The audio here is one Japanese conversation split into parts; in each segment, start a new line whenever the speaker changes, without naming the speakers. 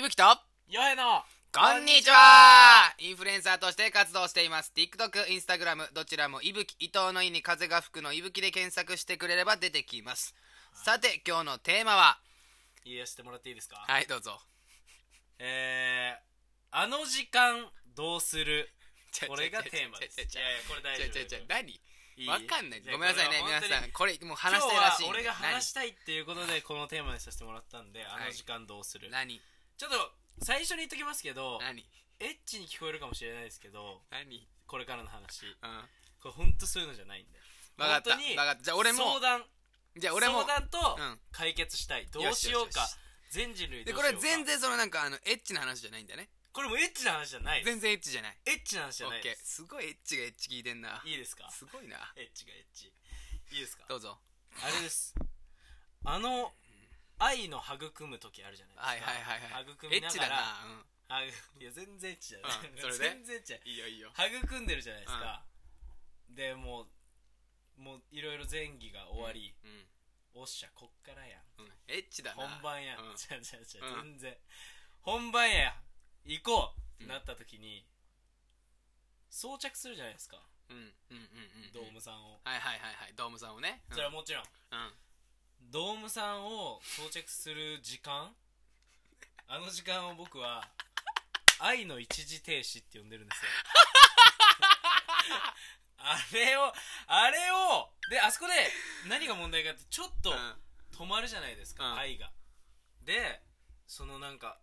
ぶきと
よえの
こんにちはインフルエンサーとして活動しています。TikTok、Instagram、どちらもいぶき、伊藤の意に風が吹くのいぶきで検索してくれれば出てきます。さて、今日のテーマは
言わせてもらっていいですか、
はい、どうぞ。
えー、あの時間どうする
ちょ
これがテーマです
ちょちょ
いやいやこれ大
ち
丈
ょ
夫
ちょちょ
大丈
何
夫いい
わかんない。
じゃあ
ごめんなさいね、
これ
皆
は本当に
さん。これ、もう
今
話し
日
たいら
は
しいんで。
俺が話したいっていうことでこのテーマにさせてもらったんであの時間どうする、
何
ちょっと最初に言っときますけど
何
エッチに聞こえるかもしれないですけど
何
これからの話
うん。わ
これほんとそういうのじゃないんで
かった。
本当に
わかった。じゃあ俺も
相、談
じゃあ俺も
相、談と
うん
解決したい、どうしよう
よ
か
し
全人類
で、
どうしよう
こ
か
れは全然そのなんか、あの、エッチな話じゃないんだよね。
これもエッチな話じゃないです
全然エッチじゃない。
エッチな話じゃ
オ
な
ッ
い
ケ
で
ー。
す
すごいエッチがエッチ聞いてんな。
いいですか
すごいな。
エッチがエッチいいですか
どうぞ。
あれですあの愛の育む時あるじゃな
はいい
です
は
か
いはいはい。
育み
エッ
な
チ
が
だな
ら。あ いや全然エッチじゃない、
うんそれで
全然エッチじゃ
うん。いいよいいよ。
ない育んでるじゃないですか、でもうもういろいろ前儀が終わり、
うん。
おっしゃこっからやん
うん。エッチだな。
本番やん、
うん
ちゃうちゃうちゃ
う
うん全然本番や行こう
うん
なった時に、装着するじゃないですか、
うん。うんうんうん。
ドームさんを、
はいはいはいはい。ドームさんをね。うん
それはもちろん
うん。
ドームさんを装着する時間あの時間を僕は愛の一時停止って呼んでるん ですよあれをあれをであそこで何が問題かってちょっと
うん
止まるじゃないですか、
うん
愛がでそのなんか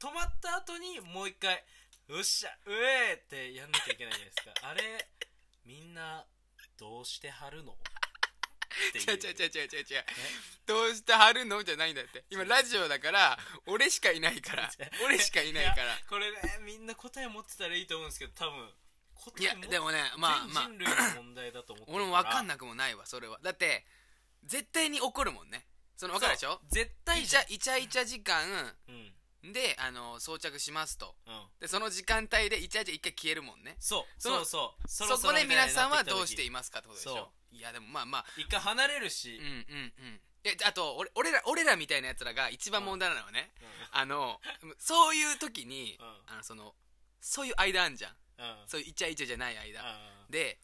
止まった後にもう一回「うっしゃうえー!」ってやんなきゃいけないじゃないですかあれみんなどうしてはるのってい
違う違う違う違う違う違うどうして貼るのじゃないんだって今ラジオだから俺しかいない から俺しかいないから
これねみんな答え持ってたらいいと思うんですけど多分答
いや
え持って
でもねまあまあ
全人類の問題だと思ってる
俺も分かん
ない
なくもないわそれはだって絶対に怒るもんねその分かるでしょ
絶対
イ
じ
チ
ゃ
ャイチャイチャ時間
うんうん
であの装着しますとでその時間帯でイチャイチャ一回消えるもんね
そう
そ
そ
の
うそう
そ
ろろ
こで皆さんはどうして
み
いますかってことでし
そ
ょいやでもまあまあ
たいなってきた時一回離れるし
うんうんうんであと俺俺ら俺らみたいなやつらが一番問題なのはね、あのそういう時に、
うん
あのそのそういう間あんじゃん
うんうん
そういうイチャイチャじゃない間、
あ
で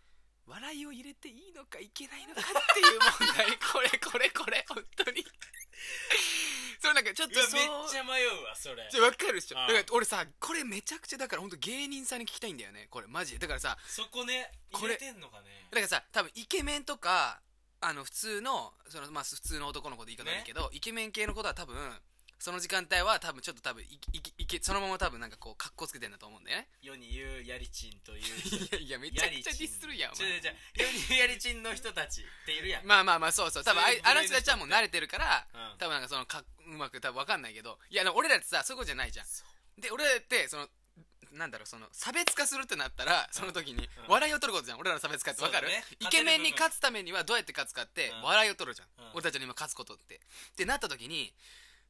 笑いを入れていいのかいけないのかっていう問 題これこれこれ本当にそうなんかちょっ
ー
と
うわ
そう
めっちゃ迷うわそれ
ちょわかるっしょ
あ
だ
あ
から俺さこれめちゃくちゃだから本当芸人さんに聞きたいんだよねこれマジでだからさ
そこね
こ
入
れ
れてんのかね
だからさ多分イケメンとかあの普通のその、まあ、普通の男の子で言い方ないけど、イケメン系の子は多分その時間帯は多分ちょっと多分いいいけそのまま多分なんかこう格好つけてんだと思うんだよね
世に言うやりちんという
いやい やめちゃくちゃディスるやんお
ちょ
前
ちょちょ世に言うやりちんの人たちっているやん
まあまあまあそうそう多分あい
そういう部類
あ
の
らすがちゃんも慣れてるから、
うん
多分なんかそのかうまく多分わかんないけどいやでも俺らってさそういうことじゃないじゃん
そ
で俺らってそのなんだろうその差別化するってなったらその時に
うん
笑いを取ることじゃん俺らの差別化ってわかる、
そうだね
イケメンに勝つためにはどうやって勝つかって
うん
笑いを取るじゃん、
うん
俺たちの今勝つことってってなった時に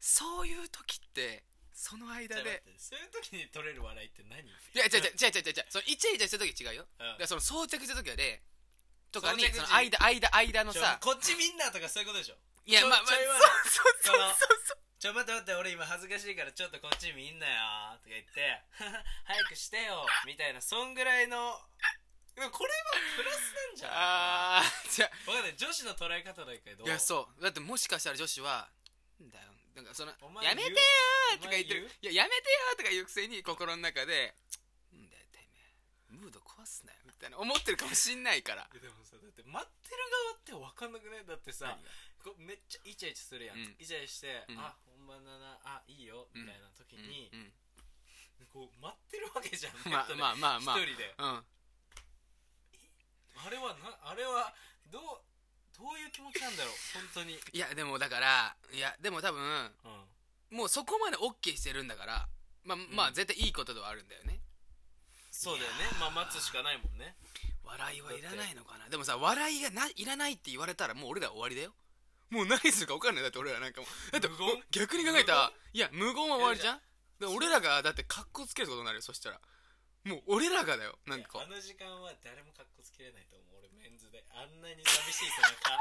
そういう時ってその間
ちょっと待
で
ってそういう時に取れる笑いって何
いや違う違う違う違う違うそのイチャイチャした時違うよだからその装着した時はでとかに
装着時
その間間間の
ちょ
さ
こっちみんなとかそういうことでしょ
いや
ちょ
まあまあ
ちょいは
そうそうそうそう
ちょ待って待って俺今恥ずかしいからちょっとこっちみんなよとか言って 早くしてよみたいなそんぐらいのでもこれはプラスなんじゃな
ああじゃあ
いわかんない女子の捉え方だけど
いやそうだってもしかしたら女子は「なんだよ」なんかその
お
「
前
やめてよ!」とか言ってる「いややめてよ!」とか言うくせに心の中で「なんだよてめえムード壊すなよ」みたいな思ってるかもしんないから
いやでもさだって待ってる側って分かんなくないだってさ
何が
こうめっちゃイチャイチャするやん、
うん
イチャイチャして、
うん
あ本番だなあいいよみたいな時
うん
に、
うん
こう待ってるわけじゃん
まあまあまあまあ
一人で
うん
あれはなあれはどうどういう気持ちなんだろう本当に
いやでもだからいやでも多分
うん
もうそこまで OK してるんだからまあまあ
うん
絶対いいことではあるんだよね
そうだよねまあ待つしかないもんね
笑いはいらないのかなでもさ笑いがないらないって言われたらもう俺ら終わりだよもう何するか分かんないだって俺らなんかもうだって
無言
逆に考えたらいや無言は終わりじゃんだ
や
から俺らがだって格好つけることになるよそしたらもう俺らがだよなんかこ
あ
う
の時間は誰も格好つけれないと思う俺メンズであんなに 寂しい背中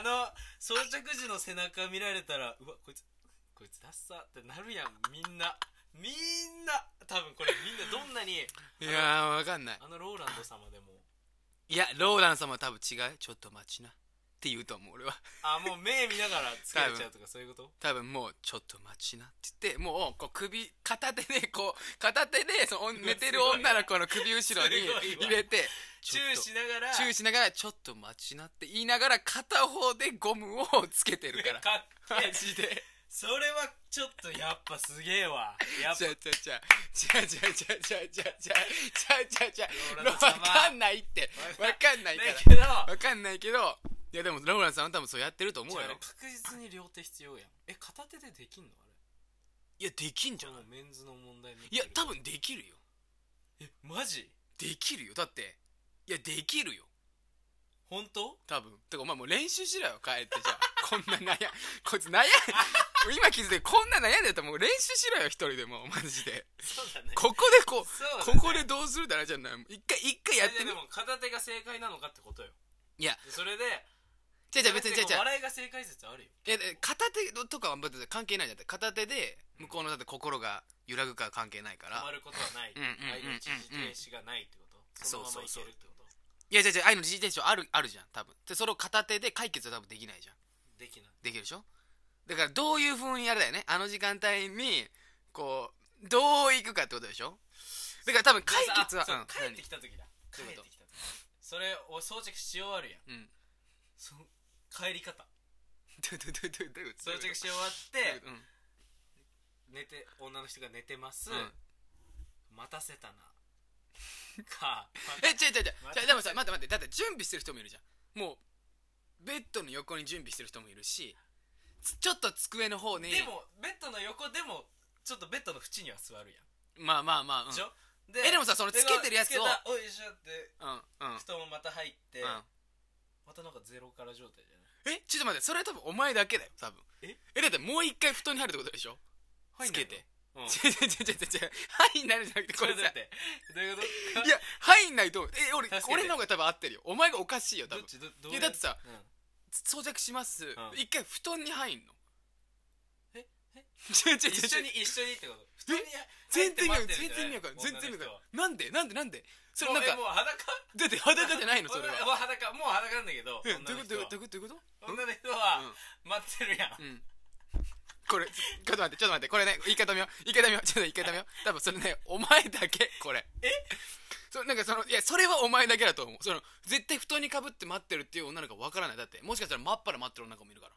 あの装着時の背中見られたらうわこいつここいつダッサってなるやんみんなみんな多分これみんなどんなに
いやーわかんない
あのローランド様でも
いやローラン様は多分違うちょっと待ちなって言うと思う俺は
あもう目見ながらつけちゃうとかそういうこと
多分もうちょっと待ちなって言ってもうこう首片手でこう片手でその寝てる女の子の首後ろに
すごいわ
入れて
チューしながら
注意しながらちょっと待ちなって言いながら片方でゴムをつけてるから
かっけえ
マジで
それはちょっとやっぱすげえわやっ
ち
ぱ
ゃちゃちゃちゃちゃちゃちゃちゃちゃちゃちゃちゃ
ローランド様
わかんないってわかんないか
だけど
らわかんないけどいやでもローランさんは多分そうやってると思う
じゃ
よ
あ確実に両手必要やんえ片手でできんのあれ
いやできんじ
じ
ゃ
ゃ
な
あ
い
メンズの問題になって
い
る
や多分できるよ
えマジ
できるよだっていやできるよ
本当
多分てかお前もう練習しろよ帰ってじゃあ こんな悩んこいつ悩ん今気づいてこんな悩んでたらもう練習しろよ一人でもうマジで
そうだね
ここでこう
そうだね
ここでどうするだらじゃない一回一回やって
い
み
やでも片手が正解なのかってことよ
いや
でそれで
じゃあじゃあ別にじゃあじゃあ
笑いが正解説あるよ
え片手とかは別に関係ないじゃんだって片手で向こうのだって心が揺らぐかは関係ないか
止ま
ら
ることはない
うんうんうんうん
相手一時停止がないってことそのままいけるってこと
いやじゃあじゃあ愛の自転車あるあるじゃん多分でそれを片手で解決は多分できないじゃん
できない
できるでしょだからどういうふうにやるだよねあの時間帯にこうどういくかってことでしょだから多分解決は
あそ
う
う
ん
帰ってきた時だ帰
どういう
っ
こと
てきた時それを装着し終わるやん
何うん
その帰り方
どうどうどうどうどういうこと
装着し終わっ
どういう
て
ことうん
寝て女の人が寝てます
うん
待たせたなか
え違う違う違う
ま
じ
た
ゃでもさ待って待ってだって準備してる人もいるじゃんもうベッドの横に準備してる人もいるしつちょっと机の方に
でもベッドの横でもちょっとベッドの縁には座るやん
まあまあまあ、うん、
でしょ
えでもさそのつけてるやつを
つけたおいしょって
うんうん、うん
布団もまた入ってまたなんかゼロから状態じゃない
えちょっと待ってそれは多分お前だけだよ多分
え
だってもう一回布団に入るってことでしょ
入ん
つ
ない
け
の
て
うん
違う違う違う違うはいになるじゃなくて
こ
こ
れ
れ
だ
さ
っ
い
てどういうこと
やはいにないと思うえ俺
助けて
俺の方が多分合ってるよお前がおかしいよ多
どっ
分
ちどど
いやだってさ、
うん
装着します、
ん
一回布団に入んの
ええ
違う違う違う
一緒に一緒にってこと布団に入っ
全
て
然見
待
よ
っ
う
てる
全
んじゃ
然
な
見
い
ようから全然見ようか
女の人は
らなんでなんでなんでそれな
もうんえ
か
もう裸
だって裸じゃないのそれ
もう
は
裸もう裸なんだけど
え
女
どういう
の
こと
人
どういう
は
ことどういうこと
女の人は待ってるやん
うんこれちょっと待ってちょっと待ってこれね言い方見よう言い方見ようちょっと言い方見よう多分それねお前だけこれ
え
そなんかそのいやそれはお前だけだと思うその絶対布団にかぶって待ってるっていう女の子わからないだってもしかしたら真っ裸待ってる女の子もいるから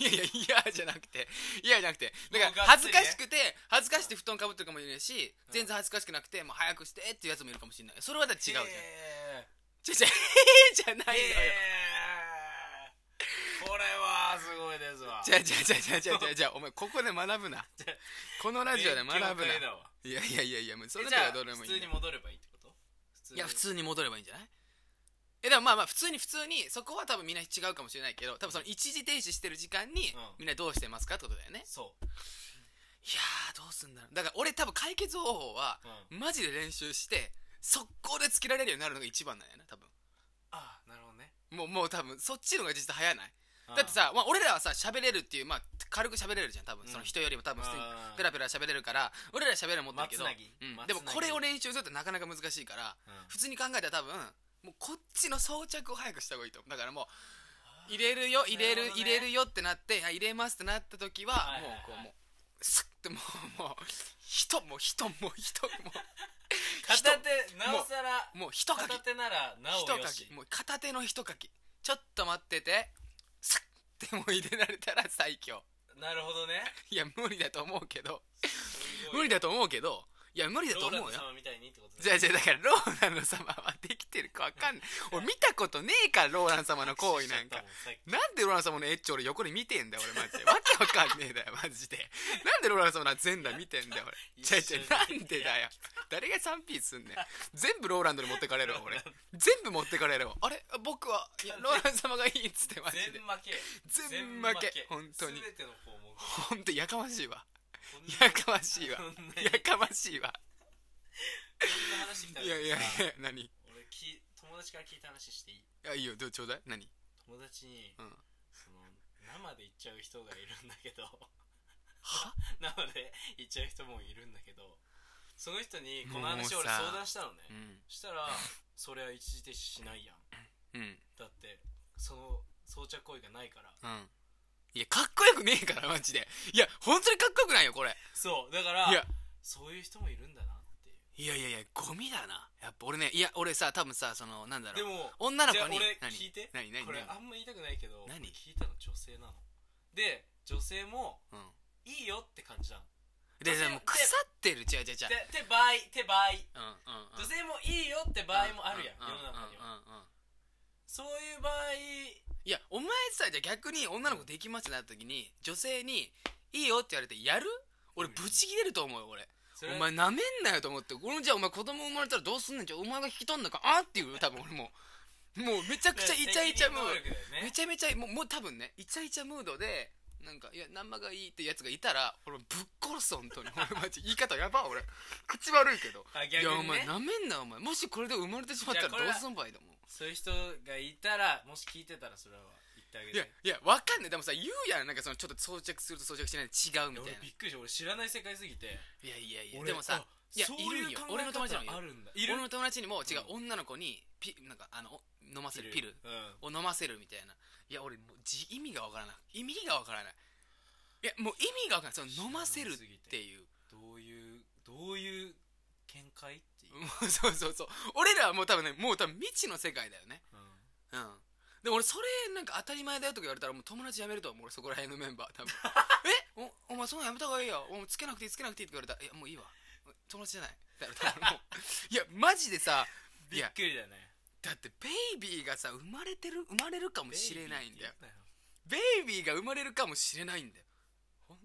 いやいや嫌じゃなくて嫌じゃなくてだか
もうが
ら
っ
恥ず
つりね
かしくて恥ずかしくて布団かぶってるかもしれないし全然恥ずかしくなくてもう早くしてっていうやつもいるかもしれないそれはだって違うじゃん
へ
じゃじゃ じゃない
ー
のよ
へーこれはすごいですわ
じゃじゃじゃじゃじゃじゃじゃお前ここで学ぶな
じゃ
このラジオで学ぶな
勉強会だわ
いやいやいやいやもうそれだ
えじ
け
ゃ
は
あ
どうでも
普
いいん
通
だ
に
よ
戻ればいいってこと普通
い
に
や普通に戻ればいいんじゃないえでもまあまあ普通に普通にそこは多分みんな違うかもしれないけど多分その一時停止してる時間に
うん
みんなどうしてますかってことだよねいや
そう
ーどうすんだろうだから俺多分解決方法は
う
マジで練習して速攻でつけられるようになるのが一番なんやな多分
ああなるほどね
もうもう多分そっちの方が実は早ないだってさ、まあ、俺らはさ喋れるっていう、まあ、軽く喋れるじゃん多分、
うん
その人よりも多分普通に
あー
ペラペラ喋れるから俺ら喋れるの持ってるけど、
松なぎ
うん、
松
でも
なぎ
これを練習するとなかなか難しいから、
うん
普通に考えたら多分もうこっちの装着を早くした方がいいと思うだからもう入れるよ入れる
なるほど
入
ね
れるよってなってあ入れますってなった時は、
はいはい
もうこう
はい
もうスッてもうもう人もう人もう人も
片手なおさら
うもう一かき
片手ならな
一
およ
か
し
きもう片手の一かきちょっと待っててスッてもう入れられたら最強
なるほどね
いや無理だと思うけど
すごい
無理だと思うけどいや無理だと思う
ロー
よ
ランド様みたいにってこと
じゃあ
ゃ
じゃあだからローランド様はできてるかわかんない俺見たことねえからローランド様の行為なんかなんでローランド様のエッチ俺横で見てんだよ俺マジでわけわかんねえだよマジでなんでローランド様の全裸見てんだよ俺じゃあじゃあなんでだよ誰が 3P すんねん全部 ローランドに持ってかれるわ俺全部持ってかれるわあれ僕はいやローランド様がいいっつってマジ
全
で
負け
全負け本当に
全ての項目
ほんとやかましいわ
こん
やかましい わ
こんなに
やかましいわ
な話来たら
いやいやいや
さ
何い
俺き友達から聞いた話していい
やいいよどうちょうだい何
友達に
うん
そのな生で行っちゃう人がいるんだけど
は
生で行っちゃう人もいるんだけどその人にこの
もう
話
さ
俺相談したのね
うん
したらそれは一時停止しないやん
うん
だってその装着行為がないから
うんいやかっこよくねえからマジでいや本当にかっこよくないよこれ
そうだから
いや
そういう人もいるんだなっていう
いやいやいやゴミだなやっぱ俺ねいや俺さ多分さそのなんだろう
でも
女の子
じ
に
ゃあ俺
何
聞いて
何何
これ
何
あんま言いたくないけど
何
聞いたの女性なので女性も
うん
いいよって感じなの
で
女性
でもう腐ってる違う違う違う
で手倍手倍
うんうんうん
女性もいいよって場合もあるやん世の中には
うんうんうんうん
そういう場合
いやお前さじゃあ逆に女の子できますってなった時に女性に「いいよ」って言われて「やる?」俺
うん
ブチ切れると思うよ俺
それ
お前なめんなよと思ってこのじゃあお前子供生まれたらどうすんねんじゃあお前が引き取んのかあっていうよ多分俺もうもうめちゃくちゃイチャイチャムー
責任能
ド
力だよね
めちゃめちゃもうもう多分ねイチャイチャムードでなんか「いや生がいい」ってやつがいたら俺ぶっ殺す本当に 俺マジ言い方やば俺口悪いけど
あ
い
逆
やお
に
前
ね
なめんなお前もしこれで生まれてしまったら
じゃ
ど
あこれは
うすんばいだもん
そういう人がいたらもし聞いてたらそれは言ってあげ
いや
て
いやわかんないでもさ言うやんなんかそのちょっと装着すると装着しないで違うみたい
俺
な
びっくりした俺知らない世界すぎて
いやいやいや
俺
でもさ
あ
いや
そう
いるん
う
よ
考え
俺の友達
方
もい
あ
る
るんだ
俺の友達にも違う、
う
女の子にピなんかあのお飲ませるピル
うん
を飲ませるみたいないや俺もうじ意味がわからない意味がわからないいやもう意味がわからないその飲ませるっていう
どういうどういう見解っていう、
もうそうそうそう俺らはもう多分ねもう多分未知の世界だよねうんで俺それなんか当たり前だよとか言われたらもう友達辞めると思う俺そこら辺のメンバー多分え おお前そんなんやめた方がいいよお前つけなくていいつけなくていいって言われたらいやもういいわ友達じゃないだから多分もういやマジでさい
びっ
や
くりだね
だってベイビーがさ生まれてる生まれるかもしれないんだよ
ベ
ベ
イビーって
イビーが生まれるかもしれないんだよ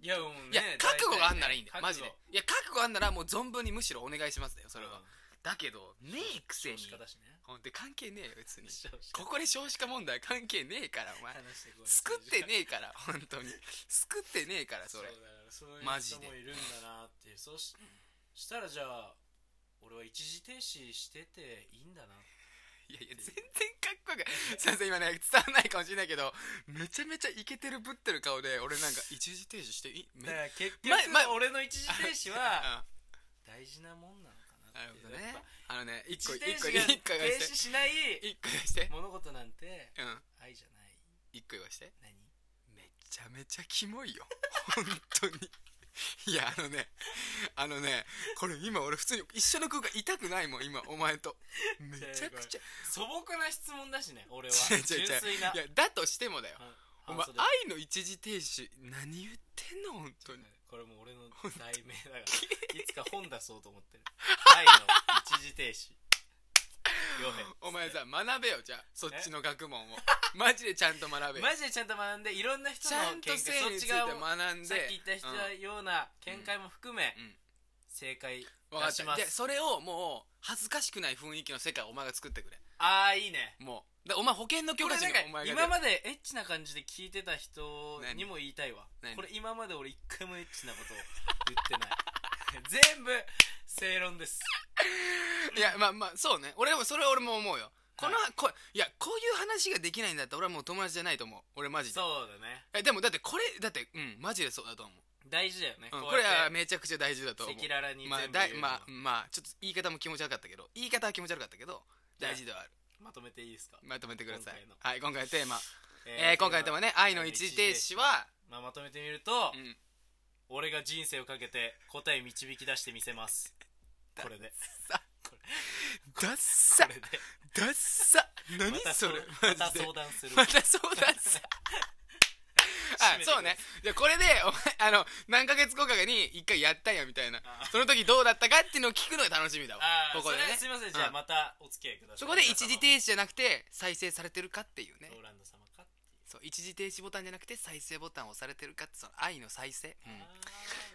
言うなよいやもう
いや
ね
覚悟があんなら
大体ね
いいんだよ
覚
マ
悟
ジでいや覚悟あんならもう存分にむしろお願いしますだよそれ
う
は
ん
だけどねえくせに
少子化だしね
ほんで関係ねえよ別に
少子化
ここで少子化問題関係ねえからお前
話してごめん
作ってねえから本当に作ってねえからそ
そう
れ
だからそういう
マジ
人
で
もいるんだなっていうそうししたらじゃあ俺は一時停止してていいんだない
やいや全然かっこよくないすいません今ね伝わんないかもしれないけどめちゃめちゃイケてるぶってる顔で俺なんか一時停止していいめ
だから結局、
前前
俺の一時停止は
あ
大事なもんなのかな
なる
っていう
ほどね
やっぱ
あのね一
一
個一
時停止
個
が
一個言わ
停
し
止
て
しない
一個言わして
物事なんて
うん
愛じゃない
一個言わして
何
めちゃめちゃキモいよ本当にいやあのねあのねこれ今俺普通に一緒の空間痛くないもん今お前とめちゃくちゃ
素朴な質問だしね俺は
違う
純
違う違う
粋ない
やだとしてもだよ
うん
お前
半袖
愛の一時停止何言ってんの本当に
これもう俺の題名 だからいつか本出そうと思ってる「愛の一時停止」両編
お前さ学べよじゃあそっちの学問をマジでちゃんと学べよ
マジでちゃんと学んでいろんな人
ちゃん
の見
と
解
性
そっ
につ
ち
いて
側
学
も
んで
さっき言った人のような見解も含め、
うんうん
正解
分かっ
出しま
た
す
でそれをもう恥ずかしくない雰囲気の世界をお前が作ってくれ
ああいいね
もうだお前保険の教
こ
科
れ
書
な
に
んか
お前が出る
今までエッチな感じで聞いてた人にも言いたいわ
何
これ今まで俺一回もエッチなことを言ってない 全部正論です
いやまあまあそうね俺もそれは俺も思うよこの、
は
こいやこういう話ができないんだったら俺はもう友達じゃないと思う俺マジで
そうだね
えでもだってこれだってうんマジでそうだと思
大事だよね、
う、うん、
う
これ
やって
はめちゃくちゃ大事だと思う
赤裸々に全
まあ
部
だい
言うのは
まあまあちょっと言い方も気持ち悪かったけど言い方は気持ち悪かったけど大事ではある
まとめていいですか、
まとめてください
今回の
はい今回のテーマ、えー今回のテーマね「愛の一時停止は」
まあ、まとめてみると、
うん
俺が人生をかけて答え導き出してみせますこれで
さ
こ
ダッ
れ
サ
これで
ダッサ
ま
何
た
それ
ま
マ
た
ジで
相談する
また相談 さあ
締めてください
そうねじゃあこれでお前あの何ヶ月後かに一回やったんやみたいな
あ
その時どうだったかっていうのを聞くのが楽しみだわ
あー
ここでね
それはすいませんじゃあ
うん
またお付き合いください
そこで一時停止じゃなくて再生されてるかっていうね
ローランド様かっていう
そう一時停止ボタンじゃなくて再生ボタンを押されてるかってその愛の再生、うん
あー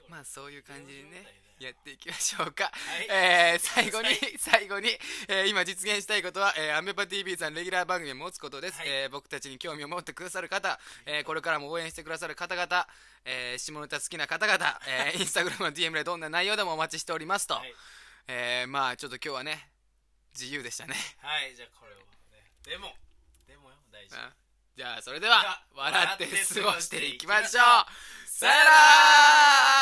まあそういう感じにね
俺
やっていきましょうか、
はい
えー最後に
はい
最後に、えー今実現したいことは、えーアンベパ TV さんレギュラー番組を持つことです、
はい
えー僕たちに興味を持ってくださる方、えーこれからも応援してくださる方々、えー下ネタ好きな方々、えーインスタグラムの DM でどんな内容でもお待ちしておりますと、
はい
えーまあちょっと今日はね自由でしたね、
はいじゃあこれをねでもでもよ大事
うん じゃあそれでは
では
笑って
笑って
過ごしていきましょう
過ごしていきましょう
さよなら